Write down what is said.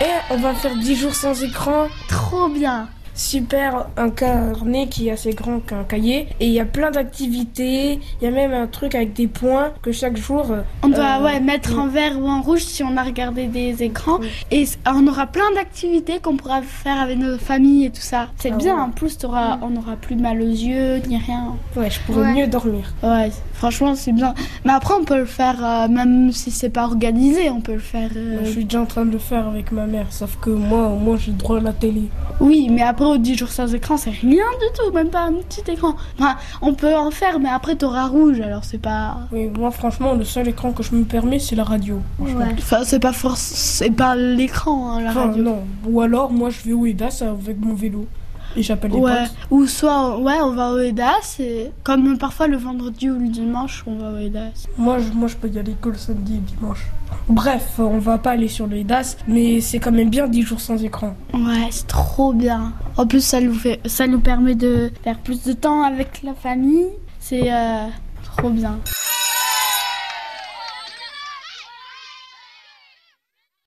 Eh, on va faire 10 jours sans écran. Trop bien. Super, un carnet qui est assez grand qu'un cahier. Et il y a plein d'activités. Il y a même un truc avec des points que chaque jour. euh, On doit euh, ouais, mettre en vert ou en rouge si on a regardé des écrans. Et s- on aura plein d'activités qu'on pourra faire avec nos familles et tout ça. C'est Ah bien, ouais. en plus t'auras- on n'aura plus mal aux yeux ni rien. Ouais, je pourrais Ouais. mieux dormir. Ouais, franchement c'est bien. Mais après on peut le faire, euh, même si c'est pas organisé, on peut le faire. euh, Je suis déjà en train de le faire avec ma mère, sauf que moi, au moins, j'ai droit à la télé. Oui, mais après aux 10 jours sans écran c'est rien du tout, même pas un petit écran. Enfin, on peut en faire, mais après t'auras rouge, alors c'est pas... Oui, moi, franchement, le seul écran que je me permets, c'est la radio. franchement. Ouais. Enfin, c'est pas force, c'est pas l'écran, hein, la Enfin, radio. non. Ou alors, moi, je vais au EDAS avec mon vélo. Et j'appelle les Ouais, potes. ou soit ouais, on va au EDAS, et comme parfois le vendredi ou le dimanche, on va au EDAS. Moi je, moi, je peux y aller que le samedi et dimanche. Bref, on va pas aller sur le EDAS, mais c'est quand même bien 10 jours sans écran. Ouais, c'est trop bien. En plus, ça nous, fait, ça nous permet de faire plus de temps avec la famille. C'est euh, trop bien.